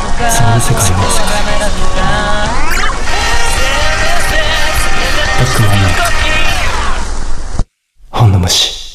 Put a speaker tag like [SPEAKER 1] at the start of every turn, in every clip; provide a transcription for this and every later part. [SPEAKER 1] 世界の世界バックマンの本の虫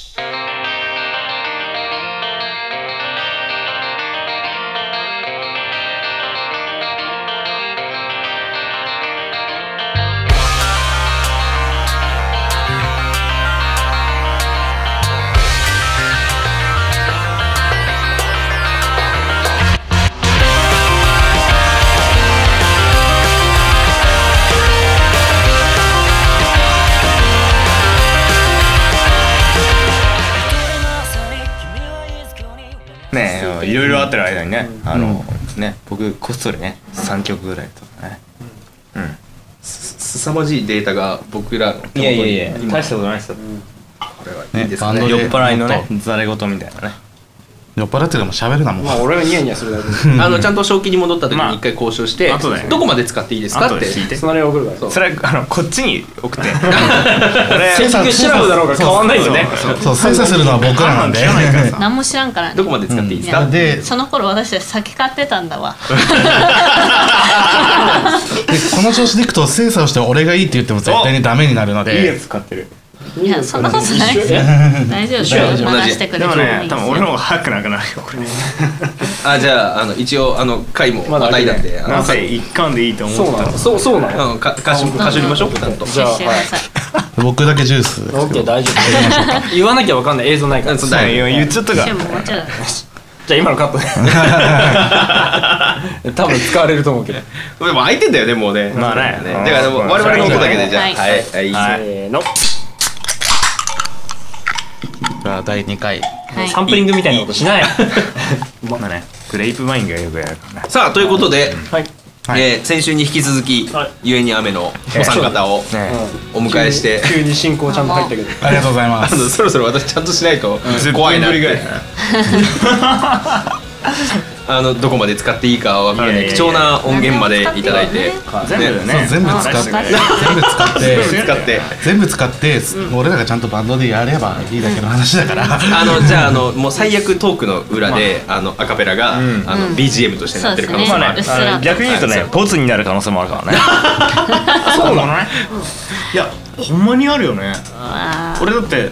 [SPEAKER 2] ねえいろいろあってる間にね、あの、ね僕こっそりね3曲ぐらいとかねうん
[SPEAKER 3] すすさまじいデータが僕らの手元に
[SPEAKER 2] いやいやいや
[SPEAKER 3] 今
[SPEAKER 2] 大したことないですよ、
[SPEAKER 3] これはい
[SPEAKER 4] ね
[SPEAKER 3] いです
[SPEAKER 4] バン
[SPEAKER 3] ね
[SPEAKER 4] ド
[SPEAKER 2] 酔っ
[SPEAKER 4] で
[SPEAKER 2] 払いのね
[SPEAKER 4] も
[SPEAKER 2] ざれ言みたいなね
[SPEAKER 4] 酔っ払ってでも喋るなもう、
[SPEAKER 5] まあ俺はニヤニヤするだけで
[SPEAKER 3] あのちゃんと正気に戻った時に一回交渉して、
[SPEAKER 2] まあ後だよね
[SPEAKER 3] どこまで使っていいですか
[SPEAKER 2] 後
[SPEAKER 3] っ
[SPEAKER 2] で
[SPEAKER 3] て
[SPEAKER 2] 聞いて
[SPEAKER 5] その辺送るから
[SPEAKER 2] それあのこっちに 送って俺
[SPEAKER 4] 生産
[SPEAKER 5] シラフだろうが変わんないよね
[SPEAKER 4] そうそう精査するのは僕 らなんで
[SPEAKER 2] あんまり知らないか
[SPEAKER 6] 何も知らんからね
[SPEAKER 3] どこまで使っていいですか、
[SPEAKER 4] うんで
[SPEAKER 6] その頃私たち酒買ってたんだ わ
[SPEAKER 4] でこの調子でいくと精査をして俺がいいって言っても絶対にダメになるの
[SPEAKER 2] いいや
[SPEAKER 4] で
[SPEAKER 2] つ買ってる
[SPEAKER 6] いやそんなことない
[SPEAKER 5] 一緒や
[SPEAKER 6] 大丈夫
[SPEAKER 3] 一緒
[SPEAKER 6] 大
[SPEAKER 3] 同じ
[SPEAKER 6] 丈夫話してくれ
[SPEAKER 2] で
[SPEAKER 6] て
[SPEAKER 2] も
[SPEAKER 6] もい
[SPEAKER 2] ね
[SPEAKER 6] い
[SPEAKER 2] 多分俺の方が早くなくなるよこれ
[SPEAKER 3] あじゃああの一応あの回も
[SPEAKER 5] まだ
[SPEAKER 3] 与えたんで、あ
[SPEAKER 2] な
[SPEAKER 3] の
[SPEAKER 2] ぜ一巻でいいと
[SPEAKER 5] そ
[SPEAKER 2] 思
[SPEAKER 5] う
[SPEAKER 2] っ
[SPEAKER 5] な
[SPEAKER 2] た
[SPEAKER 5] のそうそうなの
[SPEAKER 3] うんかかしかしりましょうちゃんと
[SPEAKER 5] じゃあ
[SPEAKER 6] してください
[SPEAKER 4] 僕だけジュースです
[SPEAKER 5] オッケ
[SPEAKER 4] け
[SPEAKER 5] ー
[SPEAKER 4] ど
[SPEAKER 5] 大丈夫言わなきゃわかんない映像ないから
[SPEAKER 3] そう
[SPEAKER 5] じ
[SPEAKER 3] だ
[SPEAKER 2] だ
[SPEAKER 3] よ
[SPEAKER 2] よ言っちゃったか
[SPEAKER 6] で
[SPEAKER 2] ら
[SPEAKER 6] ももうちょい
[SPEAKER 5] ゃあ今の カットで多分使われると思うけど
[SPEAKER 3] でも空いてんだよねもうね
[SPEAKER 2] まあね
[SPEAKER 3] だからもう我々の音だけでじゃあ
[SPEAKER 6] はい
[SPEAKER 3] はいはい、
[SPEAKER 2] はい
[SPEAKER 5] せーの
[SPEAKER 4] じゃあ第2回
[SPEAKER 5] サンプリングみたいなことしない
[SPEAKER 2] まあねグレープワインがよくやるからね
[SPEAKER 3] さあということで、
[SPEAKER 5] はい
[SPEAKER 4] はい
[SPEAKER 3] えー先週に引き続き、
[SPEAKER 5] はい
[SPEAKER 3] ゆえに雨のお三方を
[SPEAKER 2] ね
[SPEAKER 3] お迎えして、
[SPEAKER 5] 急に進行ちゃんと入ったけど
[SPEAKER 4] ありがとうございま
[SPEAKER 3] あの
[SPEAKER 4] す
[SPEAKER 3] そろそろ私ちゃんとしないと怖いなって、あのどこまで使っていいかわからな
[SPEAKER 2] い
[SPEAKER 3] い
[SPEAKER 2] やいやいや
[SPEAKER 3] 貴重な音源までいただいて
[SPEAKER 2] 全部ね
[SPEAKER 4] 全部使って
[SPEAKER 6] あ
[SPEAKER 4] 全部使って
[SPEAKER 3] 使って
[SPEAKER 4] 全部使って、俺らがちゃんとバンドでやればいいだけの話だから、
[SPEAKER 3] あのじゃああのもう最悪トークの裏で、あ、のアカペラが、あの BGM としてなってる可能性
[SPEAKER 2] ま
[SPEAKER 3] も
[SPEAKER 2] あ
[SPEAKER 3] あ
[SPEAKER 2] ね
[SPEAKER 3] る、
[SPEAKER 6] うっすら
[SPEAKER 2] あの逆に言うとねボツになる可能性もあるからね そうなのねいやほんまにあるよね俺だって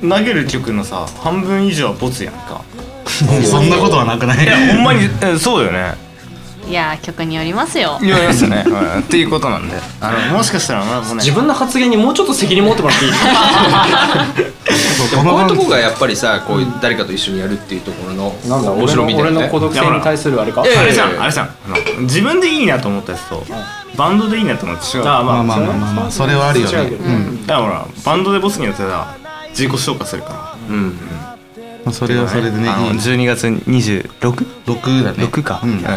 [SPEAKER 2] 投げる曲のさ半分以上はボツやんか
[SPEAKER 4] もうそんなことはなくない
[SPEAKER 2] い やほんまにえそうだよね
[SPEAKER 6] いやー曲によりますよ
[SPEAKER 2] いやいますねっていうことなんであのもしかしたらまあもうね
[SPEAKER 5] 自分の発言にもうちょっと責任持ってもらっていい
[SPEAKER 4] そう
[SPEAKER 3] こ
[SPEAKER 4] この
[SPEAKER 3] ういう
[SPEAKER 4] 番
[SPEAKER 3] とこ
[SPEAKER 4] 組
[SPEAKER 3] がやっぱりさこういう誰かと一緒にやるっていうところの
[SPEAKER 5] なんだ
[SPEAKER 3] 面
[SPEAKER 5] 俺
[SPEAKER 3] 白
[SPEAKER 5] の
[SPEAKER 3] みだよ
[SPEAKER 5] 俺
[SPEAKER 3] ね
[SPEAKER 5] の孤独性に対するあれか
[SPEAKER 3] いや
[SPEAKER 2] あ
[SPEAKER 3] い
[SPEAKER 2] れ
[SPEAKER 3] や
[SPEAKER 2] じゃんあれじゃんあの自分でいいなと思ったやつとバンドでいいなと思ったやつ違う
[SPEAKER 5] ああ
[SPEAKER 4] まあ
[SPEAKER 5] ま
[SPEAKER 4] ま
[SPEAKER 5] あ
[SPEAKER 4] あまあまあ、まあ、それはある
[SPEAKER 5] 違
[SPEAKER 4] よ
[SPEAKER 5] うけ
[SPEAKER 4] ね
[SPEAKER 5] ど
[SPEAKER 4] うん
[SPEAKER 2] だからほらバンドでボスにやったら自己紹介するか
[SPEAKER 3] うん
[SPEAKER 4] まあそれはそれでねいい
[SPEAKER 2] らあの12月 26?
[SPEAKER 4] 6だね
[SPEAKER 2] 6か、
[SPEAKER 4] う
[SPEAKER 2] うん
[SPEAKER 4] ん、
[SPEAKER 2] あの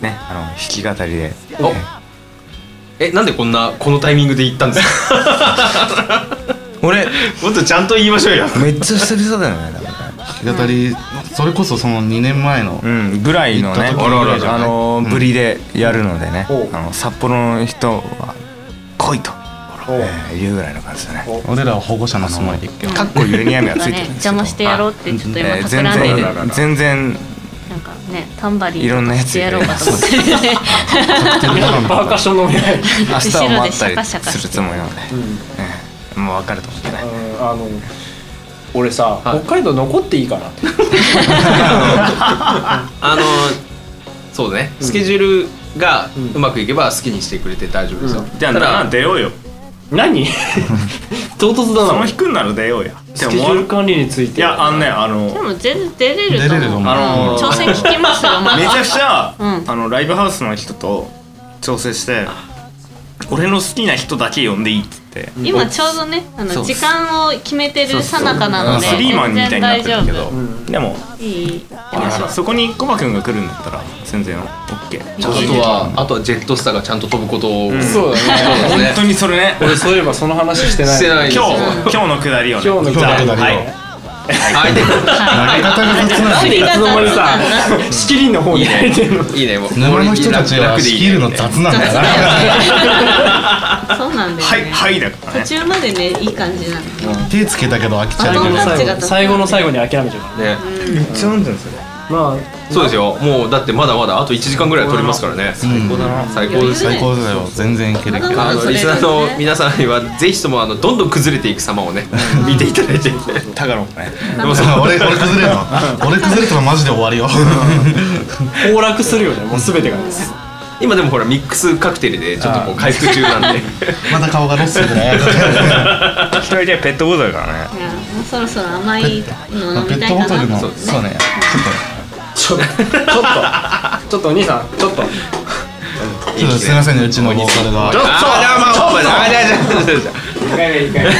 [SPEAKER 2] ねあの弾き語りで
[SPEAKER 3] おえなんでこんなこのタイミングで言ったんですか
[SPEAKER 2] 俺
[SPEAKER 3] もっとちゃんと言いましょうよ
[SPEAKER 2] めっちゃ久々だよねだからね
[SPEAKER 4] 弾き語りそれこそその2年前の
[SPEAKER 2] うんぐらいのね
[SPEAKER 4] 行った時
[SPEAKER 2] あ
[SPEAKER 4] ぐらいじゃない
[SPEAKER 2] のぶりでやるのでね、
[SPEAKER 5] うん
[SPEAKER 2] あの札幌の人は来いと、えー、いうぐらいの感じだね
[SPEAKER 4] 俺らは保護者のつもりで行くよ
[SPEAKER 2] かっこゆえに
[SPEAKER 6] な
[SPEAKER 2] 雨
[SPEAKER 6] ん
[SPEAKER 2] はつ
[SPEAKER 6] か
[SPEAKER 2] いてる
[SPEAKER 6] ね
[SPEAKER 2] んですけ
[SPEAKER 6] 邪
[SPEAKER 2] ど
[SPEAKER 6] 魔してやろうってちょっと今
[SPEAKER 2] えー
[SPEAKER 6] 企んでいるなん
[SPEAKER 2] 全然全然
[SPEAKER 6] かねタンバリン
[SPEAKER 2] いろんなやつ
[SPEAKER 6] やろうかと思って
[SPEAKER 5] バーカッションの親や
[SPEAKER 2] 明日
[SPEAKER 6] 後
[SPEAKER 2] は
[SPEAKER 6] ろで
[SPEAKER 2] 待っ
[SPEAKER 6] シ
[SPEAKER 2] た
[SPEAKER 6] ャカ
[SPEAKER 2] り
[SPEAKER 6] シャカ
[SPEAKER 2] する
[SPEAKER 6] して
[SPEAKER 2] つもりなので、えーもう分かると思ってね
[SPEAKER 5] うんあの俺さ、北海道残っていいかなって
[SPEAKER 3] あのそうだねスケジュールがうまくいけば好きにしてくれて大丈夫ですよ、
[SPEAKER 2] じゃあ
[SPEAKER 3] ただ
[SPEAKER 2] な出ようよ
[SPEAKER 5] 何唐突だ
[SPEAKER 2] その
[SPEAKER 5] な
[SPEAKER 2] 日来んなら出ようや
[SPEAKER 5] スケジュール管理につい
[SPEAKER 2] い
[SPEAKER 5] て
[SPEAKER 2] やあのねあの
[SPEAKER 6] でも全然出れる
[SPEAKER 4] 出
[SPEAKER 6] と思
[SPEAKER 4] れ
[SPEAKER 6] う
[SPEAKER 4] ると思う、
[SPEAKER 2] あのー
[SPEAKER 6] 挑戦聞きますよま
[SPEAKER 2] めちゃくちゃ、
[SPEAKER 6] うん
[SPEAKER 2] あのライブハウスの人と調整して俺の好きな人だけ呼んでいいっつって
[SPEAKER 6] 今ちょうどねあ
[SPEAKER 2] そ
[SPEAKER 6] の
[SPEAKER 2] う
[SPEAKER 6] 時間を決めてる最中な
[SPEAKER 2] あ
[SPEAKER 6] の
[SPEAKER 2] の
[SPEAKER 6] で
[SPEAKER 2] スリーマンみ
[SPEAKER 6] 全
[SPEAKER 2] たい
[SPEAKER 6] 然
[SPEAKER 2] になってる
[SPEAKER 6] 大丈
[SPEAKER 2] けど、
[SPEAKER 6] 夫
[SPEAKER 2] でも
[SPEAKER 6] いい
[SPEAKER 2] そこにコバくんが来るんだったら全然 OK
[SPEAKER 3] あとはあとはジェットスターがちゃんと飛ぶことを、
[SPEAKER 5] そうだね
[SPEAKER 3] そう
[SPEAKER 2] 本
[SPEAKER 3] です
[SPEAKER 2] 当
[SPEAKER 3] ね
[SPEAKER 2] にそれね
[SPEAKER 5] 俺そういえばその話してない
[SPEAKER 3] してないです
[SPEAKER 2] 今
[SPEAKER 3] よ
[SPEAKER 2] 日今日のくだりをね
[SPEAKER 5] 今日のくだり
[SPEAKER 2] じゃあは
[SPEAKER 4] 今日のくだりを
[SPEAKER 2] い
[SPEAKER 3] 相手
[SPEAKER 4] 投げ方が雑
[SPEAKER 5] な
[SPEAKER 4] なんん
[SPEAKER 5] でい
[SPEAKER 4] で
[SPEAKER 5] つの間にさ 仕切りの方
[SPEAKER 3] い
[SPEAKER 5] に
[SPEAKER 3] い
[SPEAKER 5] 入れてんの
[SPEAKER 3] ねいいねもう
[SPEAKER 4] 沼の人たちは
[SPEAKER 3] 楽で
[SPEAKER 4] 仕
[SPEAKER 3] いい
[SPEAKER 4] 切
[SPEAKER 3] ね
[SPEAKER 4] るの雑なんだよな
[SPEAKER 6] そうなんだよ
[SPEAKER 2] はい
[SPEAKER 6] ね
[SPEAKER 2] はいだからね
[SPEAKER 6] 途中までねいい感じなの
[SPEAKER 4] 手つけたけど飽きちゃうけど
[SPEAKER 6] あ
[SPEAKER 5] 最後最後の最後に諦めちゃうから
[SPEAKER 3] ね
[SPEAKER 2] めっちゃ飲んじゃうんですよね
[SPEAKER 5] まあ
[SPEAKER 3] そうですよもうだってまだまだあと1時間ぐらい取りますからね
[SPEAKER 4] 最高だ
[SPEAKER 2] な
[SPEAKER 3] 最高です
[SPEAKER 4] 最高だよ全然いけるけど
[SPEAKER 3] あ
[SPEAKER 6] そ
[SPEAKER 3] の
[SPEAKER 6] れ
[SPEAKER 3] リスナー
[SPEAKER 6] です
[SPEAKER 3] の
[SPEAKER 6] ね
[SPEAKER 3] 皆さんにはぜひともあのどんどん崩れていく様をね見ていただいて
[SPEAKER 2] 高野もね
[SPEAKER 3] でもそう
[SPEAKER 4] 俺俺崩れるの俺崩れたらマジで終わりよ
[SPEAKER 5] 崩落するよねもう全てがです
[SPEAKER 3] 今でもほらミックスカクテルでちょっとこう回復中なんで
[SPEAKER 4] まだ顔がロスみたいな
[SPEAKER 2] 一人でペットボトルからね
[SPEAKER 6] いやもうそろそろ甘いの飲
[SPEAKER 4] ペ
[SPEAKER 6] み
[SPEAKER 4] ッ
[SPEAKER 6] たい
[SPEAKER 4] トボ
[SPEAKER 6] か
[SPEAKER 4] トル
[SPEAKER 6] な
[SPEAKER 4] の
[SPEAKER 3] そう
[SPEAKER 4] そうね
[SPEAKER 5] ちょちょっとちょっとお兄さんちょっと
[SPEAKER 4] ちょっとすいませんねうちのボーカルが
[SPEAKER 3] ちょっとあまあまあまあまあじゃあじゃあじゃあじゃあ
[SPEAKER 5] 一回目一回目
[SPEAKER 6] や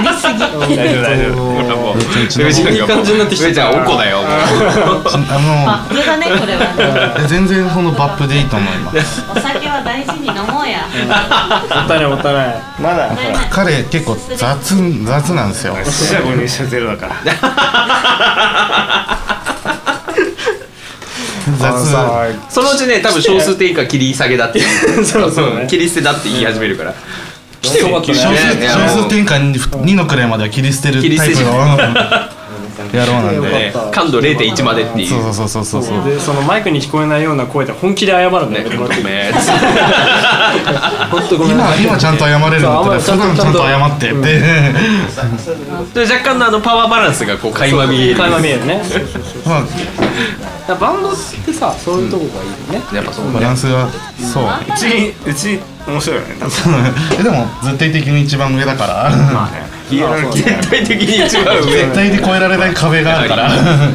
[SPEAKER 6] りすぎ
[SPEAKER 2] 大丈夫大丈夫
[SPEAKER 3] ほらもう
[SPEAKER 4] うちの
[SPEAKER 3] 上ちゃんがもう
[SPEAKER 5] いい感じになってきちゃった
[SPEAKER 3] 上ちゃんおこだよもう
[SPEAKER 4] あ
[SPEAKER 6] バップだねこれはね
[SPEAKER 4] の全然そのバップでいいと思います
[SPEAKER 6] お酒は大事に飲もうや
[SPEAKER 5] もったいないもったいない
[SPEAKER 2] まだほら
[SPEAKER 4] 彼結構雑雑なんですよ
[SPEAKER 2] 四捨五入したゼロだから
[SPEAKER 4] 雑
[SPEAKER 3] そのうちね多分少数点以下切り下げだっていう
[SPEAKER 5] そうそうね
[SPEAKER 3] 切り捨てだって言い始めるから
[SPEAKER 5] 来てよかった
[SPEAKER 4] 少
[SPEAKER 5] ね
[SPEAKER 4] 数
[SPEAKER 3] いやいや
[SPEAKER 4] 少数転換2の位までは切り捨てるタイプの野郎なんで
[SPEAKER 3] ね感度0.1までっていう
[SPEAKER 4] そうそうそうそうそう
[SPEAKER 5] でそのマイクに聞こえないような声で本気で謝るんだ
[SPEAKER 3] ね
[SPEAKER 5] よね
[SPEAKER 3] ご めん
[SPEAKER 5] 本当ごめん
[SPEAKER 4] 今今ちゃんと謝れるんだったら普
[SPEAKER 5] そうあんま
[SPEAKER 4] 段
[SPEAKER 5] り
[SPEAKER 4] ちゃんと謝ってって
[SPEAKER 3] で若干のあのパワーバランスがこう垣間見える
[SPEAKER 5] 垣間見えるね
[SPEAKER 4] まあ
[SPEAKER 5] だからバンドってさそういうとこがいいよね
[SPEAKER 3] やっぱそう
[SPEAKER 4] バランスがそう
[SPEAKER 2] うちうち面白いよね多分
[SPEAKER 4] えでも絶対的に一番上だから
[SPEAKER 2] ねヒエラルキー
[SPEAKER 3] 絶対的に一番
[SPEAKER 4] 絶対に越えられない壁があるから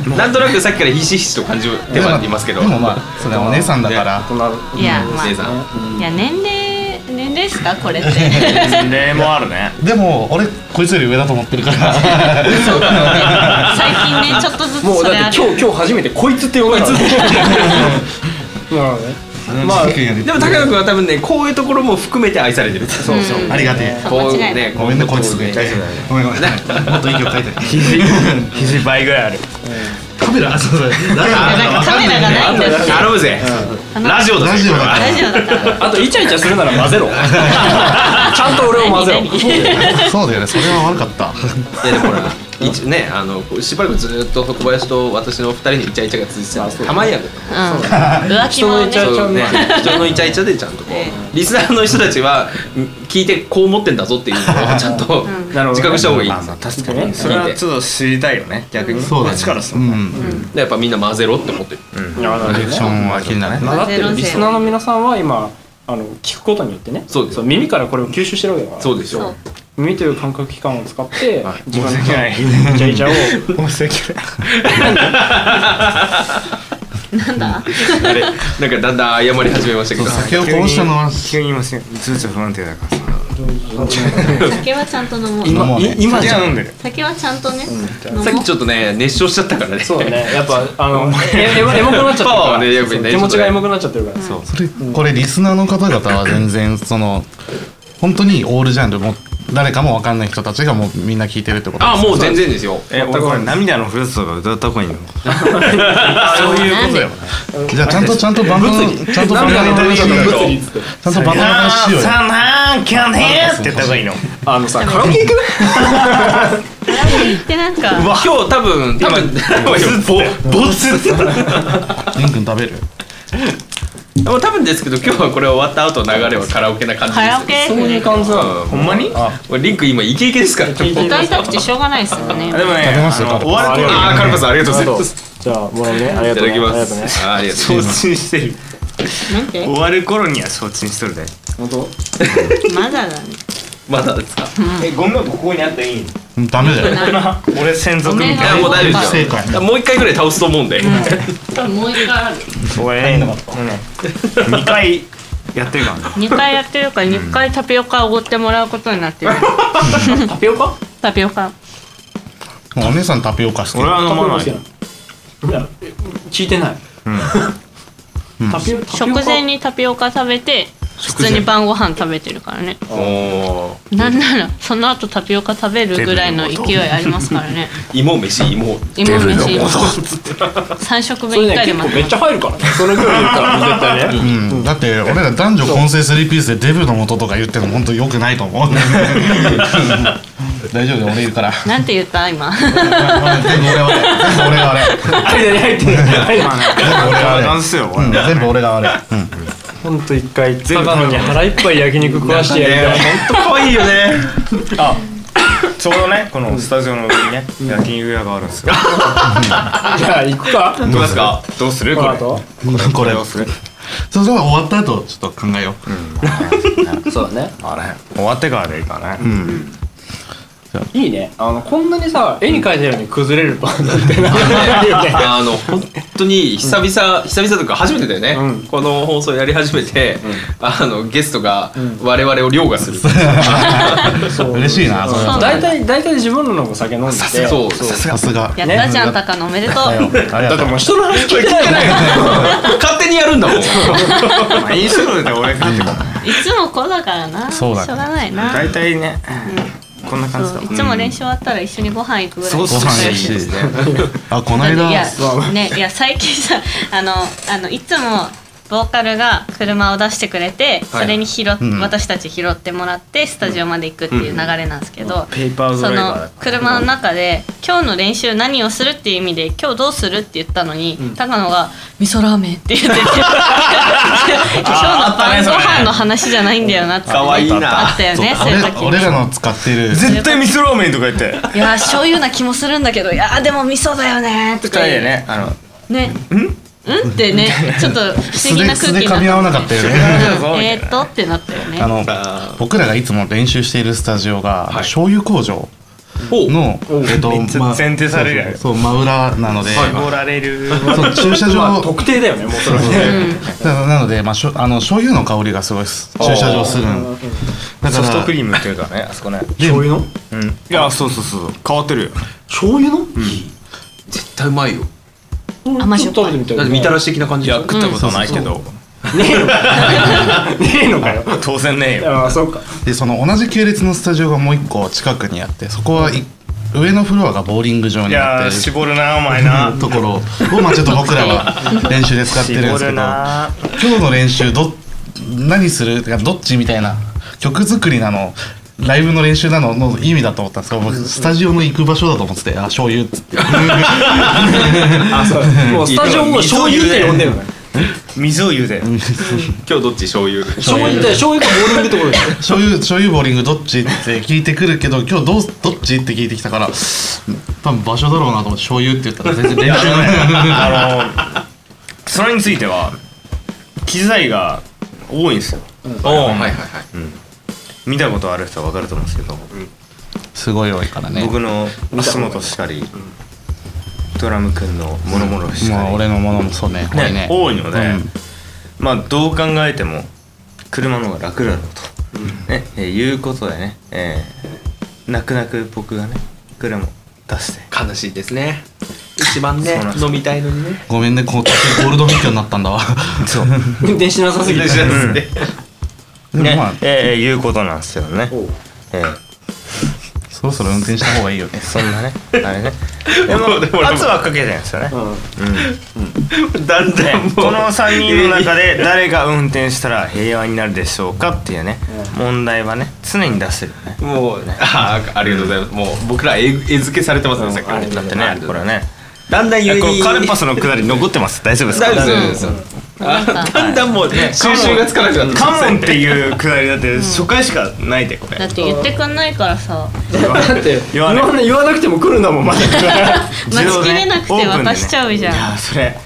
[SPEAKER 3] 上なんとなくさっきからひしひしと感じてはいますけど
[SPEAKER 4] でもまあそれはお姉さんだから
[SPEAKER 5] 大人
[SPEAKER 6] いやまあ
[SPEAKER 3] 姉
[SPEAKER 6] い
[SPEAKER 3] さん
[SPEAKER 6] や年齢年齢ですかこ れって
[SPEAKER 2] 年齢もあるね
[SPEAKER 4] でも俺こいつより上だと思ってるから
[SPEAKER 6] そうだね最近ねちょっとずつ
[SPEAKER 5] もう
[SPEAKER 6] そ
[SPEAKER 5] だっ
[SPEAKER 6] れあ
[SPEAKER 5] て
[SPEAKER 6] る
[SPEAKER 5] 今日今日初めてこいつって呼ばれたのなるほどね まあ
[SPEAKER 3] でも高野君は多分ねこういうところも含めて愛されてるそうそう
[SPEAKER 4] ありがてえ
[SPEAKER 6] そう間違いない
[SPEAKER 3] ね
[SPEAKER 4] ごめんねこいつすげえ
[SPEAKER 2] 大丈夫大
[SPEAKER 4] ごめんごめんもっといい曲書いて
[SPEAKER 2] 肘倍ぐらいある
[SPEAKER 4] カメラそうそう
[SPEAKER 6] なんかカメ ラがないんだって
[SPEAKER 3] 頼むぜラジオだ
[SPEAKER 4] ラジ
[SPEAKER 3] ぜ
[SPEAKER 4] オ
[SPEAKER 3] こ
[SPEAKER 4] だから
[SPEAKER 3] れは
[SPEAKER 6] 大丈夫だから
[SPEAKER 5] あとイチャイチャするなら混 ぜろちゃんと俺を混ぜろ
[SPEAKER 6] 何
[SPEAKER 4] そうだよねそれは悪かった
[SPEAKER 3] いやでもほら一ねあのこうしばらくずっと小林と私の二人のイチャイチャが続いてたんですたまにやる
[SPEAKER 6] うん浮気
[SPEAKER 5] 人
[SPEAKER 6] も
[SPEAKER 5] のイチャイチャ
[SPEAKER 6] ね
[SPEAKER 3] そうね人のイチャイチャでちゃんとこ
[SPEAKER 6] え
[SPEAKER 3] うリスナーの人たちはん聞いてこう思ってんだぞっていうのをちゃんと
[SPEAKER 6] ん
[SPEAKER 5] なるほどね
[SPEAKER 3] 自覚した方がいい
[SPEAKER 2] まあ
[SPEAKER 3] です
[SPEAKER 2] ま
[SPEAKER 3] よ
[SPEAKER 2] あ確かにそれはちょっと知りたいよね逆に
[SPEAKER 4] そうだ
[SPEAKER 2] こっちからす
[SPEAKER 4] う
[SPEAKER 2] ると
[SPEAKER 4] ん
[SPEAKER 3] でやっぱみんな混ぜろって思ってる
[SPEAKER 5] なるほど
[SPEAKER 4] リアクショ
[SPEAKER 5] ね
[SPEAKER 4] ンは気になるね
[SPEAKER 5] だってるリスナーの皆さんは今あの聞くことによってね
[SPEAKER 3] そうです
[SPEAKER 5] 耳からこれを吸収してるわけだから
[SPEAKER 3] そうですよ
[SPEAKER 5] 耳という感覚器官を使って
[SPEAKER 3] はい
[SPEAKER 5] 自分
[SPEAKER 2] 申
[SPEAKER 5] の
[SPEAKER 2] し訳ない
[SPEAKER 5] イチャイチ ャを
[SPEAKER 2] 申し訳ない
[SPEAKER 3] あれなんかだんだん謝り始めましたけど
[SPEAKER 4] 酒をこぼしたのは
[SPEAKER 2] 急に今せんずっと不安定だからさ
[SPEAKER 6] 酒はちゃんと飲もう
[SPEAKER 4] 今もうね
[SPEAKER 2] 今じゃ飲んでる
[SPEAKER 6] 酒はちゃんとね飲もう
[SPEAKER 3] さっきちょっとね熱唱しちゃったからね
[SPEAKER 5] そうねやっぱあのえエモエモくなっちゃってる
[SPEAKER 3] パワー
[SPEAKER 5] か
[SPEAKER 3] はねやっ
[SPEAKER 5] らそ
[SPEAKER 3] ぱり
[SPEAKER 5] う
[SPEAKER 3] ね
[SPEAKER 5] 気持ちがエモくなっちゃってるから
[SPEAKER 4] それこれリスナーの方々は全然その本当にオールジャンルも誰かもわかんない人たちがもうみんな聞いてるってこと
[SPEAKER 3] あもう全然ですよ
[SPEAKER 2] え俺これ涙のフルーツとか歌った方がいいの
[SPEAKER 6] そういうことよ
[SPEAKER 4] じゃあちゃんとちゃんと番組ちゃんと番組の話を
[SPEAKER 3] 涙の
[SPEAKER 4] ちゃんと番組の話しようよ
[SPEAKER 2] さなんかねって言った方がいいの
[SPEAKER 5] あのさカラオケ行く
[SPEAKER 6] カラオケ行ってなんか
[SPEAKER 3] 今日多分多分ボボツって
[SPEAKER 4] リン君食べる
[SPEAKER 3] もう多分ですけど今日はこれ終わった後流れはカラオケな感じです
[SPEAKER 6] カラオケ
[SPEAKER 5] そういう感じなの
[SPEAKER 2] ほんまにあ
[SPEAKER 3] 俺リンク今イケイケですからちょっと
[SPEAKER 6] 歌いたくてしょうがないですよね
[SPEAKER 2] でもね
[SPEAKER 4] 食べますよ
[SPEAKER 2] あの終わる頃
[SPEAKER 3] あーカルパスありがとうございます
[SPEAKER 5] じゃあもうねあり
[SPEAKER 3] い
[SPEAKER 5] が
[SPEAKER 3] た
[SPEAKER 5] とう
[SPEAKER 3] だ
[SPEAKER 5] ね
[SPEAKER 3] き
[SPEAKER 5] あ
[SPEAKER 3] ま
[SPEAKER 5] りがとうね
[SPEAKER 3] すあーありがとうござい
[SPEAKER 2] 承
[SPEAKER 3] ます
[SPEAKER 2] 知してる
[SPEAKER 6] なんて
[SPEAKER 2] 終わる頃には承知しとるで
[SPEAKER 5] 本当
[SPEAKER 6] まだだね
[SPEAKER 3] まだですか
[SPEAKER 2] えごめんここにあったらいい
[SPEAKER 4] うんダメだよ
[SPEAKER 2] 俺専属みたい
[SPEAKER 3] いやもう大丈夫です
[SPEAKER 4] 正解
[SPEAKER 3] よもう一回ぐらい倒すと思うんで
[SPEAKER 6] もう一回ある
[SPEAKER 2] 俺もうね2回やってるからね
[SPEAKER 6] 2回やってるから2回タピオカおごってもらうことになってる
[SPEAKER 5] タピオカ
[SPEAKER 6] タピオカ
[SPEAKER 4] もうお姉さんタピオカして
[SPEAKER 2] 俺は飲
[SPEAKER 5] タピオ
[SPEAKER 2] ま
[SPEAKER 5] カ
[SPEAKER 2] な
[SPEAKER 5] 好きな
[SPEAKER 2] い
[SPEAKER 5] のいや聞いてない
[SPEAKER 2] うん
[SPEAKER 5] タピオタピオカ
[SPEAKER 6] 食前にタピオカ食べて普通に晩ご飯食べてるからね
[SPEAKER 3] おお
[SPEAKER 6] なんならその後タピオカ食べるぐらいの勢いありますからね
[SPEAKER 3] 芋飯 芋
[SPEAKER 6] 芋飯三食
[SPEAKER 5] そ
[SPEAKER 6] 目
[SPEAKER 5] れ
[SPEAKER 6] 一
[SPEAKER 5] ね
[SPEAKER 6] 回で
[SPEAKER 5] 結
[SPEAKER 6] ま
[SPEAKER 5] 構
[SPEAKER 6] と
[SPEAKER 5] めっちゃ入るからねそのぐらい言ったら絶対ね
[SPEAKER 4] うん、だって俺ら男女混成スリーピースでデブの元とか言ってるの本当良くないと思う大丈夫俺いるから
[SPEAKER 6] なんて言った今
[SPEAKER 4] 全部俺が悪い全部俺が悪い
[SPEAKER 5] 間に入ってる
[SPEAKER 2] 男性よこれ
[SPEAKER 4] うん全部俺が悪い、うん
[SPEAKER 5] ほんと一回香川に腹いっぱい焼肉食わしてやりたい
[SPEAKER 3] 本当可愛いよね
[SPEAKER 2] あちょうどねこのスタジオの上にね焼き肉屋があるんですよ
[SPEAKER 5] じゃあ行くか
[SPEAKER 3] どうですかどうする
[SPEAKER 5] こ
[SPEAKER 3] こ
[SPEAKER 5] の
[SPEAKER 3] れ
[SPEAKER 5] 後
[SPEAKER 4] これ
[SPEAKER 2] どうする
[SPEAKER 4] それでは終わった後ちょっと考えよう、
[SPEAKER 5] そうだね
[SPEAKER 2] あれ終わってからでいいかね
[SPEAKER 5] いいねあのこんなにさ絵に描いたように崩れるパンなんてない よね
[SPEAKER 3] あの本当に久々、久々とか初めてだよね、
[SPEAKER 5] うん
[SPEAKER 3] この放送やり始めて、あのゲストが我々を凌駕する、
[SPEAKER 5] そう
[SPEAKER 4] 嬉しいなそれ
[SPEAKER 6] そう
[SPEAKER 4] は
[SPEAKER 5] 大体大体自分ののお酒飲んでて
[SPEAKER 3] そう
[SPEAKER 4] さすが
[SPEAKER 6] やったじゃん高野おめでとう
[SPEAKER 4] だよあり
[SPEAKER 5] だ
[SPEAKER 4] が
[SPEAKER 5] って
[SPEAKER 4] とう
[SPEAKER 5] もう人の話聞いてないよね
[SPEAKER 3] 勝手にやるんだもん
[SPEAKER 2] まあ飲食店で俺がっても
[SPEAKER 6] いつもこうだからな
[SPEAKER 4] そうだね
[SPEAKER 6] しょうがないな
[SPEAKER 2] 大体ねこんな感じ
[SPEAKER 6] そ
[SPEAKER 2] だ
[SPEAKER 6] う
[SPEAKER 2] も
[SPEAKER 6] い
[SPEAKER 2] ん
[SPEAKER 6] つも練習終わったら一緒にご飯行くぐらい
[SPEAKER 3] そう
[SPEAKER 4] ご
[SPEAKER 3] そう
[SPEAKER 4] 飯
[SPEAKER 3] そ
[SPEAKER 4] や
[SPEAKER 3] う
[SPEAKER 4] し
[SPEAKER 3] そう
[SPEAKER 4] あこの
[SPEAKER 6] だって
[SPEAKER 4] 間
[SPEAKER 6] いや,、ね、いや最近さ あのあのいつもボーカルが車を出してくれて、
[SPEAKER 3] はい
[SPEAKER 6] それに拾っ
[SPEAKER 4] うん
[SPEAKER 6] 私たち拾ってもらってスタジオまで行くっていう流れなんですけど、
[SPEAKER 2] ペーパード
[SPEAKER 6] そ
[SPEAKER 2] ライバーだ
[SPEAKER 6] の車の中で「今日の練習何をする?」っていう意味で「今日どうする?」って言ったのに、高野が「味噌ラーメン」って言ってて今日の晩ご飯の話じゃないんだよなって
[SPEAKER 3] 可愛いな
[SPEAKER 6] あったよねそういう時
[SPEAKER 4] 俺俺らの使ってる
[SPEAKER 2] 絶対味噌ラーメンとか言って
[SPEAKER 6] いやー醤油な気もするんだけどいやーでも味噌だよねーと
[SPEAKER 2] 二人
[SPEAKER 6] か言
[SPEAKER 2] で
[SPEAKER 6] う
[SPEAKER 2] ねあの
[SPEAKER 6] ねうんってねちょっと不
[SPEAKER 4] 素
[SPEAKER 6] 思議
[SPEAKER 4] で
[SPEAKER 6] な
[SPEAKER 4] 素
[SPEAKER 6] 空気
[SPEAKER 4] で
[SPEAKER 6] に
[SPEAKER 4] 噛み合わな
[SPEAKER 6] な
[SPEAKER 4] か
[SPEAKER 6] っ
[SPEAKER 4] ったよね
[SPEAKER 6] たうんえーっとってなったよね
[SPEAKER 4] あの僕らがいつも練習しているスタジオが、醤油工場の、えっと、ま
[SPEAKER 2] 前提されるやろ
[SPEAKER 4] そうそう真裏なので、
[SPEAKER 2] 絞られる
[SPEAKER 4] そう駐車場、
[SPEAKER 5] まあ特定だよねもうそれは
[SPEAKER 4] ななので、まあ、しょあの醤油の香りがすごいです駐車場するんだか
[SPEAKER 2] ソフト
[SPEAKER 4] ら
[SPEAKER 2] クリームっていうかねあそこね
[SPEAKER 5] 醤油の
[SPEAKER 2] うんいやそうそうそう変わってるよ
[SPEAKER 5] 醤油の
[SPEAKER 3] 絶対うまいよ
[SPEAKER 6] 甘しょっぱい
[SPEAKER 5] ちょと食べてみたいよ
[SPEAKER 3] だって
[SPEAKER 5] ね
[SPEAKER 3] みたらし的な感じ
[SPEAKER 2] い
[SPEAKER 3] でし
[SPEAKER 2] や
[SPEAKER 3] ょ
[SPEAKER 2] 食ったことないけど
[SPEAKER 5] ねえのかよ
[SPEAKER 2] 当然ねえよ
[SPEAKER 5] ああそうか
[SPEAKER 4] でその同じ系列のスタジオがもう一個近くにあってそこはい上のフロアがボーリング
[SPEAKER 2] い
[SPEAKER 4] 場になっ
[SPEAKER 2] や
[SPEAKER 4] て
[SPEAKER 2] ー
[SPEAKER 4] る
[SPEAKER 2] 絞るなお前な
[SPEAKER 4] ところを、まあ、ちょっと僕ら は練習で使ってるんですけど今日の練習ど何するどっちみたいな曲作りなのライブの練習なのの意味だと思ったんですけど僕スタジオの行く場所だと思ってて「あ醤油っ つって
[SPEAKER 5] あそうもうスタジオも醤油って呼んでるのよ
[SPEAKER 2] 水を茹で
[SPEAKER 3] 今日どっち醤油
[SPEAKER 5] 醤油って醤油かボーリングってことでしょ
[SPEAKER 4] 醤油醤油ボーリングどっち?」って聞いてくるけど今日どうどっちって聞いてきたから多分場所だろうなと思って醤油って言ったら全然練習ない
[SPEAKER 2] あのそれについては機材が多いんですよ
[SPEAKER 3] おおはいはいはい
[SPEAKER 2] 見たことある人は分かると思うんですけど、
[SPEAKER 4] すごい多いからね
[SPEAKER 2] 僕の足元しかりドラムくんのもろもろしか
[SPEAKER 4] まあ
[SPEAKER 2] り、
[SPEAKER 4] 俺のものもそうねこれね
[SPEAKER 2] ね多いので、
[SPEAKER 4] うん
[SPEAKER 2] まあどう考えても車の方が楽だろうと、ねえーいうことでね、えー泣く泣く僕がね車を出して
[SPEAKER 3] 悲しいですね一番
[SPEAKER 2] そう
[SPEAKER 3] ね
[SPEAKER 2] なんですよ
[SPEAKER 3] 飲みたいのにね
[SPEAKER 4] ごめんねこう途中ゴールド免許になったんだわそう
[SPEAKER 5] 運転しなさすぎて
[SPEAKER 2] うん
[SPEAKER 3] す
[SPEAKER 2] ね
[SPEAKER 3] ね
[SPEAKER 4] でもまあ
[SPEAKER 2] えーいうことなんですよね
[SPEAKER 5] おう、
[SPEAKER 2] えー
[SPEAKER 4] そろそろ運転した方がいいよ ね
[SPEAKER 2] そんなね、あれね。でも、圧はかけてるんですよね。
[SPEAKER 3] だんだん
[SPEAKER 2] で、この三人の中で、誰が運転したら平和になるでしょうかっていうね。問題はね、常に出してるよね。
[SPEAKER 3] もうあーありがとうございますもう僕ら絵絵付けされてますねさっきから
[SPEAKER 2] だってね、これね。
[SPEAKER 3] だんだん
[SPEAKER 2] いや
[SPEAKER 3] ゆ
[SPEAKER 2] こ
[SPEAKER 3] に
[SPEAKER 2] うカルパスの下り残ってます。大丈夫ですか。
[SPEAKER 3] 大丈夫ですよあだんだんもうね収集がつかなくなってき
[SPEAKER 2] カ
[SPEAKER 3] た
[SPEAKER 2] モンっていう下りだって、初回しかないで、こ
[SPEAKER 6] だ
[SPEAKER 2] れ。
[SPEAKER 6] って言ってくんないからさ
[SPEAKER 5] だって
[SPEAKER 2] 言
[SPEAKER 5] 言
[SPEAKER 2] わ
[SPEAKER 5] わ
[SPEAKER 2] ない
[SPEAKER 5] な言わなくても来るんだもんまだ
[SPEAKER 6] 待ちきれなくて
[SPEAKER 2] 自動ねオープンでね
[SPEAKER 6] 渡しちゃうじゃん
[SPEAKER 2] いや、それ、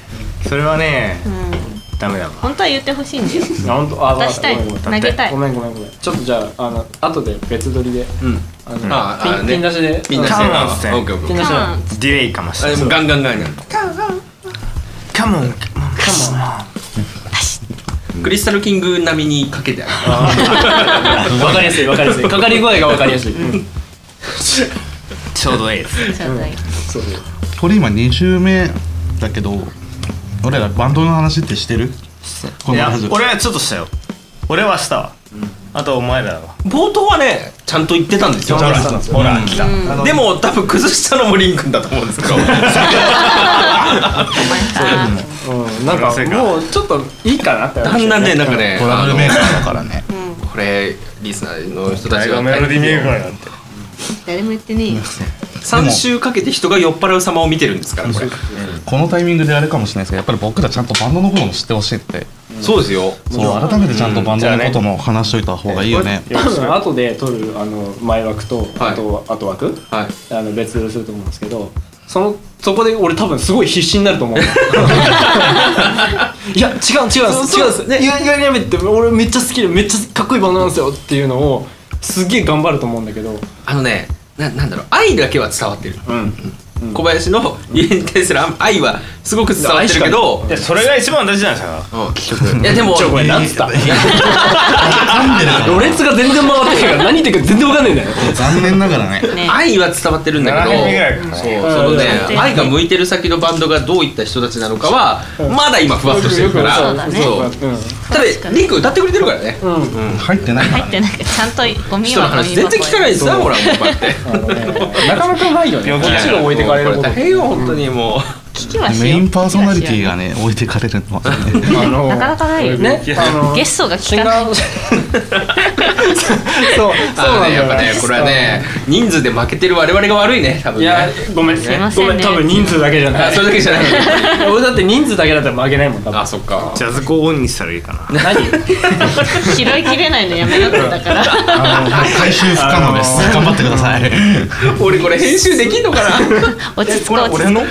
[SPEAKER 2] それはね、
[SPEAKER 6] うん
[SPEAKER 2] ダメだわ。
[SPEAKER 6] 本当は言ってほしいんだよ
[SPEAKER 5] 本当あ
[SPEAKER 6] 渡したい
[SPEAKER 5] ごめんごめん
[SPEAKER 6] 投げたい
[SPEAKER 5] ごめんごめんごめんちょっとじゃああの後で別撮りで
[SPEAKER 3] うん
[SPEAKER 5] あの
[SPEAKER 3] ああ
[SPEAKER 5] ピン
[SPEAKER 3] ね
[SPEAKER 5] ピン出しで
[SPEAKER 3] みんな
[SPEAKER 2] カ
[SPEAKER 3] して
[SPEAKER 2] モンっすね
[SPEAKER 3] オッケーオッケ
[SPEAKER 5] ピン
[SPEAKER 3] ー
[SPEAKER 5] 出しで
[SPEAKER 6] カン
[SPEAKER 2] ディレイかまし
[SPEAKER 3] あれも
[SPEAKER 2] て
[SPEAKER 3] う。ガンガンガンガン
[SPEAKER 2] カモン。
[SPEAKER 3] クリスタルキング並みにかけてある
[SPEAKER 5] わかりやすいわかりや すいかかり具合がわかりやすい
[SPEAKER 2] ちょうどいいです。
[SPEAKER 6] ちょうどいい
[SPEAKER 5] そうそう
[SPEAKER 4] これ今2週目だけど俺らバンドの話ってしてるこ
[SPEAKER 2] い
[SPEAKER 4] の
[SPEAKER 2] や
[SPEAKER 4] ラジオ
[SPEAKER 2] 俺はちょっとしたよ俺はしたわ、あとお前らは
[SPEAKER 3] 冒頭はねちゃんと言ってたんですよ
[SPEAKER 4] ちゃんと言ってたんですよ
[SPEAKER 2] ほら来た、
[SPEAKER 3] うんでも多分崩したのもリン君だと思うんですけど
[SPEAKER 5] うん、なんかもうちょっといいかなって
[SPEAKER 3] だんだんねなんかね
[SPEAKER 4] トラブルメーカーだからね
[SPEAKER 3] あのこれリスナーの人た
[SPEAKER 2] 大
[SPEAKER 3] ち
[SPEAKER 2] が
[SPEAKER 3] が
[SPEAKER 2] メロディーメーカーなんて
[SPEAKER 6] 誰も言ってねえよ
[SPEAKER 3] 3週かけて人が酔っ払う様を見てるんですからこれ
[SPEAKER 4] このタイミングであれかもしれないですけどやっぱり僕らちゃんとバンドのことも知ってほしいって
[SPEAKER 3] そうですよ
[SPEAKER 4] そう改めてちゃんとバンドのことも話しといた方がいいよね
[SPEAKER 5] 多分後で取るあの前枠と、
[SPEAKER 3] はい
[SPEAKER 5] あと後枠
[SPEAKER 3] はい
[SPEAKER 5] あの別すると思うんですけどそのそこで俺多分すごい必死になる と思ういや違う違う違うんですねゆゆやめって俺めっちゃ好きでめっちゃかっこいいバンドなんですよっていうのをすげえ頑張ると思うんだけど
[SPEAKER 3] あのねななんだろう愛だけは伝わってる
[SPEAKER 5] うん
[SPEAKER 3] 小林の家に対する愛はすごく伝わってるけど
[SPEAKER 2] でそれが一番大事なんですよ
[SPEAKER 3] うんいやでも
[SPEAKER 5] これなんつった
[SPEAKER 4] 噛んでるから
[SPEAKER 5] ろれつが全然回ってないから何言ってるか全然わかんないんだよ
[SPEAKER 4] 残念ながらね
[SPEAKER 6] ね
[SPEAKER 3] 愛は伝わってるんだけど
[SPEAKER 2] 7年目ぐらいかな
[SPEAKER 3] そうそのね
[SPEAKER 6] うん
[SPEAKER 3] 愛が向いてる先のバンドがどういった人たちなのかは
[SPEAKER 5] うん
[SPEAKER 3] まだ今ふわっとしてるから
[SPEAKER 6] そうだね
[SPEAKER 3] そうただリンク歌ってくれてるからね
[SPEAKER 5] うん、うん
[SPEAKER 4] 入っ てないか
[SPEAKER 6] 入
[SPEAKER 4] ら
[SPEAKER 6] っ
[SPEAKER 4] ね
[SPEAKER 6] てなんかちゃんとゴミ
[SPEAKER 3] 人の
[SPEAKER 6] はゴ
[SPEAKER 3] 話
[SPEAKER 6] ミ箱
[SPEAKER 3] 全然聞かないですよ
[SPEAKER 5] そう
[SPEAKER 3] ほらもうこうやって
[SPEAKER 5] あのね、なかなかないよね。こ
[SPEAKER 2] 病気だよ
[SPEAKER 5] っちが置いてかれること
[SPEAKER 3] こ。大変よ本当にもう
[SPEAKER 6] 聞きはしよう
[SPEAKER 4] メインパーソナリティがね置いてかれるのはね
[SPEAKER 5] あの
[SPEAKER 6] なかなかないよ
[SPEAKER 5] ね、あの
[SPEAKER 6] ゲストが聞
[SPEAKER 5] シン
[SPEAKER 6] かない
[SPEAKER 5] ガーそう、そう
[SPEAKER 3] あ
[SPEAKER 5] なん
[SPEAKER 3] の
[SPEAKER 5] だ
[SPEAKER 3] ねや
[SPEAKER 5] よ
[SPEAKER 3] っぱねこれはね人数で負けてる我々が悪いね多分
[SPEAKER 5] い
[SPEAKER 3] ね
[SPEAKER 5] や、ごめん、
[SPEAKER 6] いませ
[SPEAKER 5] ご
[SPEAKER 6] んね
[SPEAKER 5] めん、多分人数だけじゃな
[SPEAKER 3] あ
[SPEAKER 5] い
[SPEAKER 3] そ。れだけじゃない
[SPEAKER 5] 俺だって人数だけだったら負けないもん、多分
[SPEAKER 3] あ。そっか
[SPEAKER 2] ジャズコオンにしたらいいかな
[SPEAKER 5] 何？
[SPEAKER 6] 拾いきれないのやめなってたから
[SPEAKER 4] あの回収不可能です
[SPEAKER 2] あのー
[SPEAKER 4] 頑張ってください
[SPEAKER 3] 俺これ編集できんのか な
[SPEAKER 6] 落ち着こう落ち着こ
[SPEAKER 2] の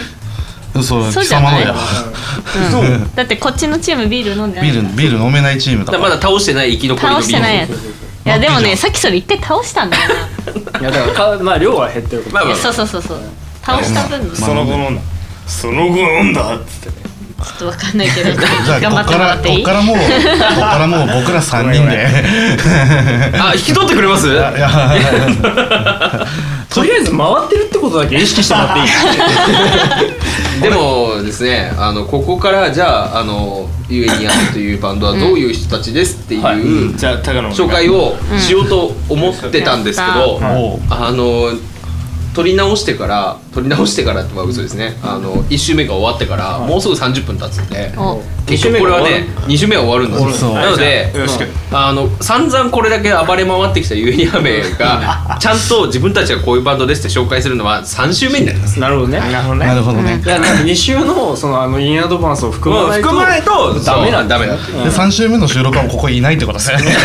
[SPEAKER 4] そう
[SPEAKER 6] そう
[SPEAKER 4] 貴
[SPEAKER 6] じゃ
[SPEAKER 4] 様
[SPEAKER 6] な
[SPEAKER 4] の
[SPEAKER 6] い
[SPEAKER 4] よ
[SPEAKER 6] うだってこっちのチームビール飲んでない
[SPEAKER 4] ビールビール飲めないチームだ
[SPEAKER 3] だからまだ倒してない生き残りの
[SPEAKER 6] 倒してないやついやでも
[SPEAKER 4] いいじゃ
[SPEAKER 6] ね
[SPEAKER 4] ん
[SPEAKER 6] さっきそれ一回倒したんだよな
[SPEAKER 5] いやだからかまあ量は減ってるけど。
[SPEAKER 3] まあ
[SPEAKER 6] い
[SPEAKER 3] ま
[SPEAKER 6] や
[SPEAKER 3] あ
[SPEAKER 6] そうそうそうそう倒した分ちょ
[SPEAKER 2] その後飲んだその後飲んだっつって
[SPEAKER 6] っとわかんないけど
[SPEAKER 4] じゃあ
[SPEAKER 6] 頑
[SPEAKER 4] こ
[SPEAKER 6] 張
[SPEAKER 4] っ
[SPEAKER 6] って
[SPEAKER 4] か
[SPEAKER 6] もら
[SPEAKER 4] ら
[SPEAKER 6] っ
[SPEAKER 4] こ
[SPEAKER 6] てい
[SPEAKER 4] っ
[SPEAKER 6] い
[SPEAKER 4] からもうこっからもう僕ら三人
[SPEAKER 2] ごめんごめ
[SPEAKER 4] で
[SPEAKER 3] あ引き取ってくれます
[SPEAKER 4] いや
[SPEAKER 5] とりあえず回ってるってことだけ意識してもらっていい？
[SPEAKER 3] でもですねあのここからじゃああのゆえにやるというバンドはどういう人たちですっていう
[SPEAKER 2] じゃあ高野
[SPEAKER 3] 紹介をしようと思ってたんですけど、
[SPEAKER 6] う
[SPEAKER 4] もう
[SPEAKER 3] あの撮り直してから撮り直してからってまあ嘘ですねあの1周目が終わってからもうすぐ30分経つんで
[SPEAKER 6] お
[SPEAKER 3] 結局これはね2周目は終わるんです
[SPEAKER 4] そ
[SPEAKER 3] よ
[SPEAKER 4] う
[SPEAKER 3] なので
[SPEAKER 2] よろしく
[SPEAKER 3] あの散々これだけ暴れ回ってきたゆえにやめ がちゃんと自分たちがこういうバンドですって紹介するのは3周目になります
[SPEAKER 5] なるほどね。い
[SPEAKER 2] なるほど
[SPEAKER 4] な
[SPEAKER 2] ね
[SPEAKER 4] るほどね
[SPEAKER 5] やなんか二週のそのあのインアドバンスを含まないと
[SPEAKER 3] 含まないと
[SPEAKER 5] ダメなん
[SPEAKER 3] ダ
[SPEAKER 5] だ
[SPEAKER 3] メだ
[SPEAKER 4] で三週目の収録はここいないってことですよね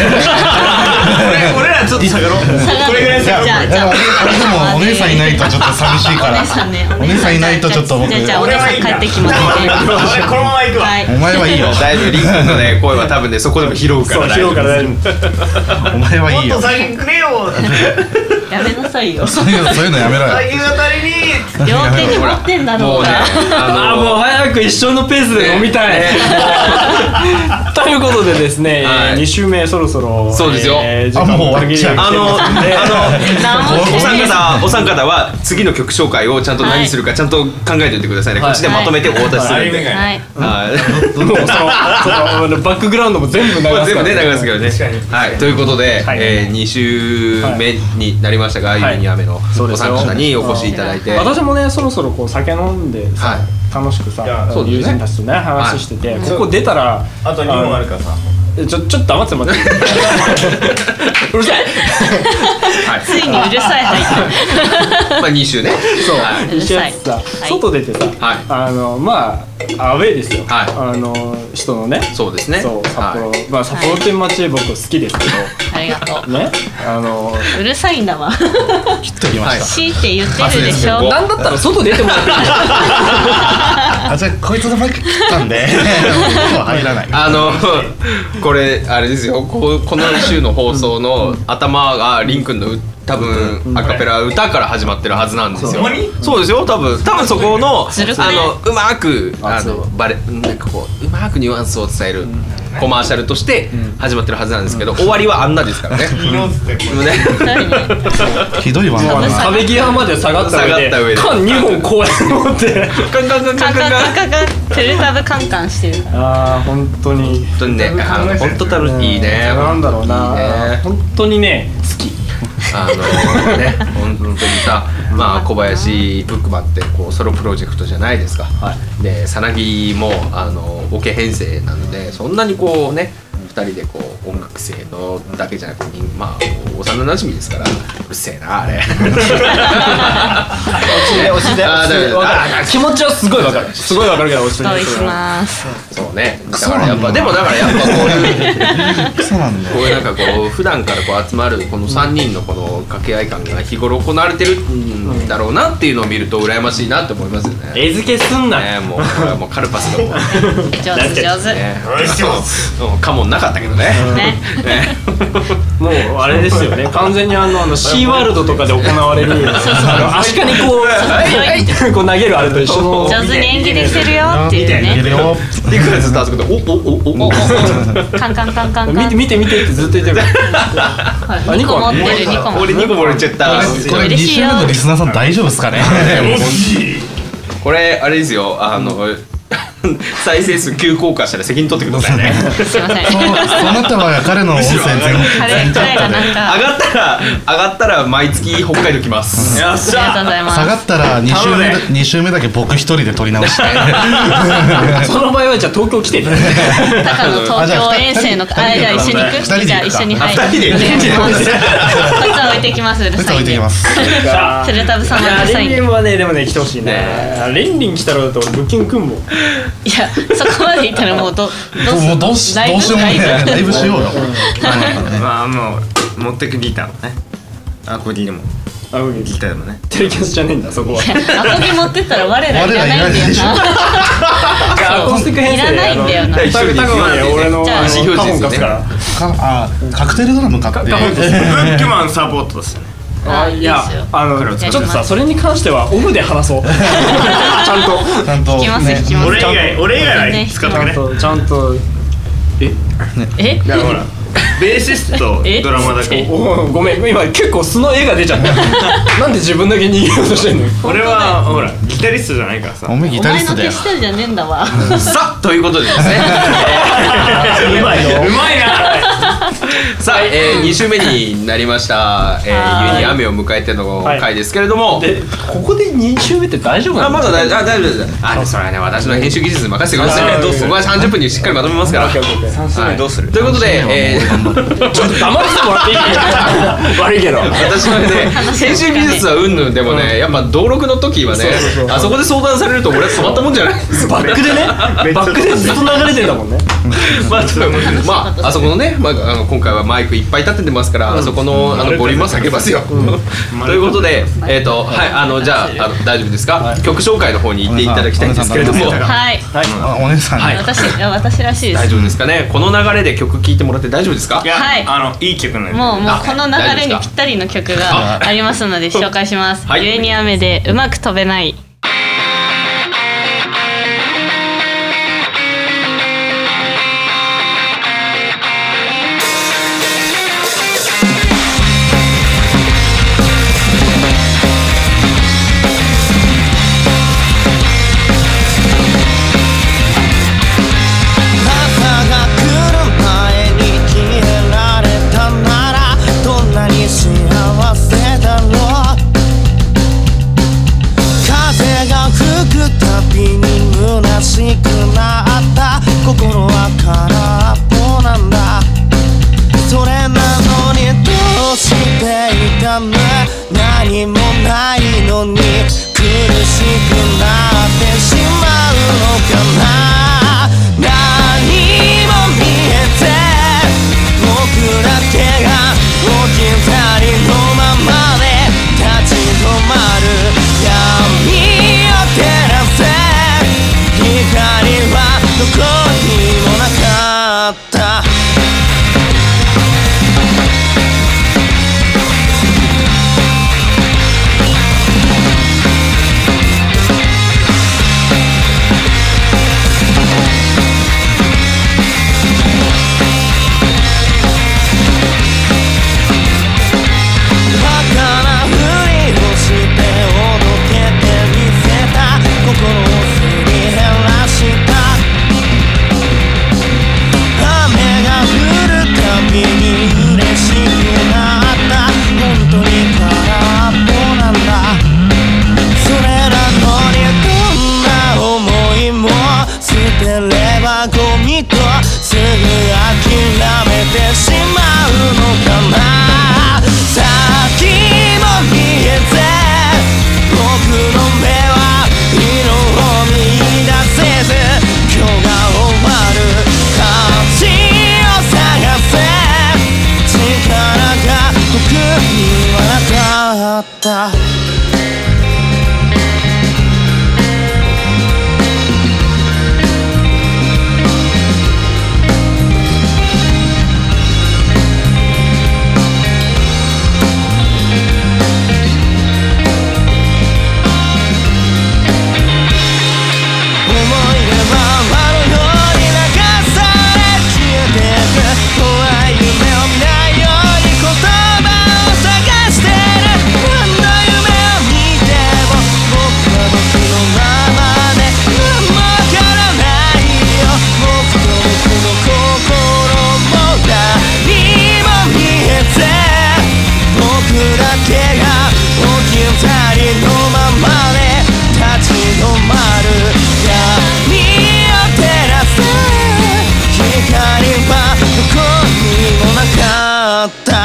[SPEAKER 2] 俺らちょっと下がろう
[SPEAKER 6] 下がる
[SPEAKER 2] これぐらい
[SPEAKER 4] い
[SPEAKER 2] 下が
[SPEAKER 4] や
[SPEAKER 2] ろう
[SPEAKER 6] じゃあじゃあ
[SPEAKER 4] あれでもお姉さんいないとちょっと寂しいか
[SPEAKER 6] お
[SPEAKER 4] ら
[SPEAKER 6] 姉さんね
[SPEAKER 4] お姉さんいないとちょっと僕
[SPEAKER 6] じゃあじゃあお姉さん帰ってきますね
[SPEAKER 2] 俺このまま行くわ
[SPEAKER 6] はい
[SPEAKER 4] お前はいいよ
[SPEAKER 3] 大丈夫リン君のね声は多分ねそこでも拾うから大丈夫
[SPEAKER 5] から大丈夫。
[SPEAKER 4] お前は
[SPEAKER 2] も
[SPEAKER 4] い
[SPEAKER 2] っ
[SPEAKER 4] いよ
[SPEAKER 2] と
[SPEAKER 4] そう
[SPEAKER 2] 先くれよ
[SPEAKER 6] やめなさいよ
[SPEAKER 4] いうのそういうのやめろよ
[SPEAKER 2] 夕方に
[SPEAKER 6] 両手に持ってんだろ
[SPEAKER 3] も
[SPEAKER 6] う
[SPEAKER 3] うね
[SPEAKER 6] が
[SPEAKER 5] あー
[SPEAKER 3] あの
[SPEAKER 5] もう早く一緒のペースで飲みたい。ということでですね、
[SPEAKER 3] はい
[SPEAKER 5] えー、2週目そろそろ
[SPEAKER 3] そうですよ
[SPEAKER 5] えー時
[SPEAKER 4] あ
[SPEAKER 5] 間
[SPEAKER 4] もう終わっちゃう
[SPEAKER 5] も
[SPEAKER 3] あ
[SPEAKER 5] 限りが
[SPEAKER 3] の
[SPEAKER 5] 来てますんで
[SPEAKER 3] あの
[SPEAKER 6] 何も
[SPEAKER 3] お
[SPEAKER 6] し
[SPEAKER 3] 三
[SPEAKER 6] ない
[SPEAKER 3] 方、お三方は次の曲紹介をちゃんと何するかちゃんと考えておいてくださいね。
[SPEAKER 5] はい
[SPEAKER 3] こっちでまとめてお渡しするんで。
[SPEAKER 6] はい
[SPEAKER 3] はい。
[SPEAKER 5] もうそのそのバックグラウンドも全部流すから、
[SPEAKER 3] 全部ね流すけどね。はい。ということで、
[SPEAKER 5] はい
[SPEAKER 3] えー二週目になりましたが、
[SPEAKER 5] はい
[SPEAKER 3] ゆうに雨の
[SPEAKER 5] そう
[SPEAKER 3] お
[SPEAKER 5] です
[SPEAKER 3] 三
[SPEAKER 5] よ
[SPEAKER 3] 方にお越しいただいて、
[SPEAKER 5] 私もねそろそろこう酒飲んでさ、
[SPEAKER 3] は
[SPEAKER 5] 楽しくさ、
[SPEAKER 2] いや
[SPEAKER 3] そうで
[SPEAKER 5] 友
[SPEAKER 3] すね
[SPEAKER 5] 人たちとね話してて、ここ出たら
[SPEAKER 2] あと2問あるからさ
[SPEAKER 5] えちょちょっと黙って待って うるさい
[SPEAKER 6] ついにうるさい入って
[SPEAKER 3] まあ二週ね。
[SPEAKER 5] そう、
[SPEAKER 3] は
[SPEAKER 6] うる
[SPEAKER 5] 一緒
[SPEAKER 6] さ
[SPEAKER 5] や
[SPEAKER 6] い
[SPEAKER 5] つさ、
[SPEAKER 6] い
[SPEAKER 5] 外出てさ、
[SPEAKER 3] はい
[SPEAKER 5] あのまあアウェーですよ、
[SPEAKER 3] はい
[SPEAKER 5] あの人のね
[SPEAKER 3] い。そうですね。
[SPEAKER 5] そう札幌、
[SPEAKER 3] はい
[SPEAKER 5] まあ札幌という街僕好きですけど、
[SPEAKER 6] ありがとう
[SPEAKER 5] ねあの
[SPEAKER 6] うるさいんだわ
[SPEAKER 4] 切っときました
[SPEAKER 6] 強いて言ってるでしょ
[SPEAKER 3] お
[SPEAKER 5] なんだったら外出てもらっていい
[SPEAKER 4] あじゃあ こいつのバッグ切ったんで今日は入ら ない
[SPEAKER 3] あ のこれあれですよここの週の放送の頭がりんくんのう多分アカペラ歌から始まってるはずなんです
[SPEAKER 2] ほ
[SPEAKER 3] よ
[SPEAKER 2] んまに
[SPEAKER 3] そうですよ多分多分そこのあ
[SPEAKER 6] ずるくね
[SPEAKER 3] のうまくあ
[SPEAKER 5] そ
[SPEAKER 3] のバレなんかこううまくニュアンスを伝える
[SPEAKER 2] ね
[SPEAKER 3] コマーシャルとして始まってるはずなんですけど、終わりはあんなですからね。
[SPEAKER 2] いいのっつってこ
[SPEAKER 3] でもね
[SPEAKER 4] ひどいわ
[SPEAKER 6] そうです
[SPEAKER 4] な
[SPEAKER 5] 壁際まで下がった上で
[SPEAKER 3] 下がった上で
[SPEAKER 5] 缶2本こうやって持って
[SPEAKER 3] カンカンカンカ
[SPEAKER 6] カ
[SPEAKER 3] ン
[SPEAKER 6] ン
[SPEAKER 3] カン
[SPEAKER 6] カン
[SPEAKER 3] カ
[SPEAKER 6] カ
[SPEAKER 3] ン
[SPEAKER 6] ンカンカンプルタブカンカンしてるから
[SPEAKER 5] ああ本当に
[SPEAKER 3] 本当にね、あの本当たるいいね。
[SPEAKER 5] なんだろう
[SPEAKER 3] いい
[SPEAKER 5] な
[SPEAKER 3] ね
[SPEAKER 5] 本当にね好き
[SPEAKER 3] あの ね、本当にさ、まあ小林ブックマンってこうソロプロジェクトじゃないですか。で、さなぎもあのボケ編成なので、そんなにこうね、二人でこう音楽性のだけじゃなくて、まあこう幼馴染ですから、うるせえなあ れ。
[SPEAKER 5] 押し
[SPEAKER 3] あーだめだ
[SPEAKER 5] わかる気持ちはすごいわかるすごいわかるけど押し
[SPEAKER 6] 同意します
[SPEAKER 3] そうね。だからやっぱでもだからやっぱこういう。
[SPEAKER 4] そうなんだよ
[SPEAKER 3] こういうなんかこう普段からこう集まるこの3人のこの掛け合い感が日頃行われてるんだろうなっていうのを見ると羨ましいなって思いますよね。
[SPEAKER 5] 絵付けすんな
[SPEAKER 3] ねもうこれはもうカルパスがもう
[SPEAKER 6] 上手上手ね
[SPEAKER 3] ね、そうカモンなかったけどね。ね、
[SPEAKER 5] もうあれですよね完全にあのあのシーワールドとかで行われるあのアシカにこうはい こう投げるあれと一緒の
[SPEAKER 6] 上手に演技できてるよっていう
[SPEAKER 4] いけ
[SPEAKER 6] ね
[SPEAKER 4] るよ
[SPEAKER 3] っていうぐらいずっとあそこでおおおおお。
[SPEAKER 6] カンカンカンカンカ
[SPEAKER 5] 見
[SPEAKER 6] ン
[SPEAKER 5] て見て見てってずっと言ってる
[SPEAKER 6] はい二個持ってる二個持って
[SPEAKER 3] 俺
[SPEAKER 6] る
[SPEAKER 3] 2個もれちゃった。
[SPEAKER 4] これ2
[SPEAKER 6] 嬉しい
[SPEAKER 4] 週
[SPEAKER 6] よ
[SPEAKER 4] 目のリスナーさん大丈夫ですかね
[SPEAKER 3] これあれですよあの。 再生数急降下したら責任取ってくださ いね。
[SPEAKER 6] すいません
[SPEAKER 4] そうそなたは彼の音声全
[SPEAKER 6] カレ
[SPEAKER 4] 全
[SPEAKER 6] ー
[SPEAKER 4] カ
[SPEAKER 6] カレー
[SPEAKER 4] ット
[SPEAKER 6] が
[SPEAKER 4] で
[SPEAKER 6] なん
[SPEAKER 3] 上
[SPEAKER 6] か
[SPEAKER 3] がったら上がったら毎月北海道 来ます。
[SPEAKER 5] よっし
[SPEAKER 6] ありがとうございます
[SPEAKER 4] 下がったら2週目だ二週目だけ僕一人で撮り直して
[SPEAKER 5] その場合はじゃあ東京来てね
[SPEAKER 6] 高野東京遠征のあじゃあ一緒に行く
[SPEAKER 4] 二人で行くか
[SPEAKER 6] じゃあ一緒に
[SPEAKER 4] あ
[SPEAKER 6] はい
[SPEAKER 3] 二人で行く
[SPEAKER 6] お願いしますこいつは置いてきますうる
[SPEAKER 4] こいつ
[SPEAKER 6] さ
[SPEAKER 4] 置
[SPEAKER 6] い
[SPEAKER 4] い
[SPEAKER 6] ん
[SPEAKER 4] て
[SPEAKER 6] で
[SPEAKER 4] きます
[SPEAKER 6] セルタブさん
[SPEAKER 5] い
[SPEAKER 6] はう
[SPEAKER 5] や
[SPEAKER 6] るさ
[SPEAKER 5] レ
[SPEAKER 6] い
[SPEAKER 5] ン
[SPEAKER 6] ん
[SPEAKER 5] リ
[SPEAKER 6] でい
[SPEAKER 5] ンはねでもね来てほしいね
[SPEAKER 3] ね
[SPEAKER 5] レンリン来たらだとブッキングくんも
[SPEAKER 6] やそこまでいったらもうどどう
[SPEAKER 4] もうどうし
[SPEAKER 6] だい
[SPEAKER 4] ど
[SPEAKER 6] ぶ
[SPEAKER 4] うしようも
[SPEAKER 6] だ
[SPEAKER 4] ないい
[SPEAKER 6] ぶ
[SPEAKER 4] ライブしようよ
[SPEAKER 2] れまあもう持ってくギターもねアコギでも
[SPEAKER 5] あごめん
[SPEAKER 2] ギターでもね
[SPEAKER 5] テレキャスじゃねえんだそこは
[SPEAKER 6] アコギ持ってったら我らいらないん
[SPEAKER 4] 我ら
[SPEAKER 6] だよ
[SPEAKER 4] いらないでしょ
[SPEAKER 6] な
[SPEAKER 5] アコースティック編成
[SPEAKER 6] いらないんだよな
[SPEAKER 5] あのタグタグはね俺の
[SPEAKER 6] じゃあ
[SPEAKER 5] あのカホン貸すから
[SPEAKER 4] かあカクテルドラム買って
[SPEAKER 2] ブックマンサポートですよね
[SPEAKER 6] あい
[SPEAKER 5] い
[SPEAKER 6] いで
[SPEAKER 5] や
[SPEAKER 6] すよ
[SPEAKER 5] あ
[SPEAKER 2] 彼
[SPEAKER 5] の
[SPEAKER 2] を
[SPEAKER 5] ち
[SPEAKER 2] 使
[SPEAKER 5] ょ
[SPEAKER 2] っ
[SPEAKER 5] ってと
[SPEAKER 2] ます
[SPEAKER 5] さそれに関してはオフで話そう ちゃんと
[SPEAKER 4] ちゃんと
[SPEAKER 6] 聞きます
[SPEAKER 4] ね
[SPEAKER 6] 聞きま
[SPEAKER 2] 俺以
[SPEAKER 6] す
[SPEAKER 2] 外俺以外は使っ
[SPEAKER 5] ち
[SPEAKER 2] て
[SPEAKER 5] ゃ
[SPEAKER 2] く
[SPEAKER 5] ん
[SPEAKER 2] れ
[SPEAKER 5] とちゃんと
[SPEAKER 6] え
[SPEAKER 2] だからほらベーシスト
[SPEAKER 6] え
[SPEAKER 2] ドラマーだから
[SPEAKER 5] おごめん今結構素の絵が出ちゃった なんで自分だけ逃げようとしてんの
[SPEAKER 2] 俺はほらギタリストじゃないからさ
[SPEAKER 4] おめえギ
[SPEAKER 6] お
[SPEAKER 4] タリ
[SPEAKER 6] 前
[SPEAKER 4] スト
[SPEAKER 6] の
[SPEAKER 4] だ
[SPEAKER 6] 手
[SPEAKER 4] よ
[SPEAKER 6] 下じゃねえんだわ
[SPEAKER 3] さあということでですね。
[SPEAKER 2] うまいようまいな
[SPEAKER 3] さあ、えー、2週目になりました「え
[SPEAKER 6] は
[SPEAKER 3] ー、
[SPEAKER 6] い
[SPEAKER 3] ゆに雨を迎えて」の
[SPEAKER 5] はい
[SPEAKER 3] 回ですけれども、
[SPEAKER 5] でここで2周目って大丈夫な
[SPEAKER 3] あ
[SPEAKER 5] の
[SPEAKER 3] まだ大丈夫あ大丈夫ですあそれはね私の編集技術に任せてくださ
[SPEAKER 5] あ
[SPEAKER 3] い
[SPEAKER 5] ー
[SPEAKER 3] どうする僕は30分にしっかりまとめますから、はい、
[SPEAKER 2] どうする
[SPEAKER 3] ということで、えー、
[SPEAKER 5] ちょっと黙っててもらっていい 悪いけど
[SPEAKER 3] 私のね
[SPEAKER 6] 話を聞かない
[SPEAKER 3] 編集技術はうんぬんでもねやっぱ登録の時はねあそこで相談されると俺は止まったもんじゃないです
[SPEAKER 5] バックでね
[SPEAKER 2] めっちゃ
[SPEAKER 5] バックでずっと流れてんだもんね
[SPEAKER 3] まあ、まあ、あそこのね、まあ、あの今回はマイクいっぱい立ててますから、あそこのあのボリュームは下げますよ。ということで、えっ、と、はい、あの、じゃあ、あの大丈夫ですか、曲紹介の方に行っていただきたいんですけれども。
[SPEAKER 6] はい
[SPEAKER 4] あお姉さんに
[SPEAKER 6] 私あ私らしいで
[SPEAKER 3] 大
[SPEAKER 6] す
[SPEAKER 3] 丈夫ですかね、この流れで曲聴いてもらって大丈夫ですか
[SPEAKER 2] い。や、
[SPEAKER 6] はい
[SPEAKER 2] あのいい曲なんで
[SPEAKER 6] もうもうこの流れに
[SPEAKER 3] 大丈夫ですか
[SPEAKER 6] ぴったりの曲がありま すので紹介します
[SPEAKER 3] はい
[SPEAKER 6] ゆえに雨でうまく飛べない
[SPEAKER 1] 朝が来る前に消えられたならどんなに幸せだろう風が吹くたびに虚しくなった心は空っぽなんだそれなのにどうしていたの何もないのに苦しくなってしまうのかな何も見えて僕だけが置き去りのままで立ち止まる闇を照らせ光はどこにもなかった「った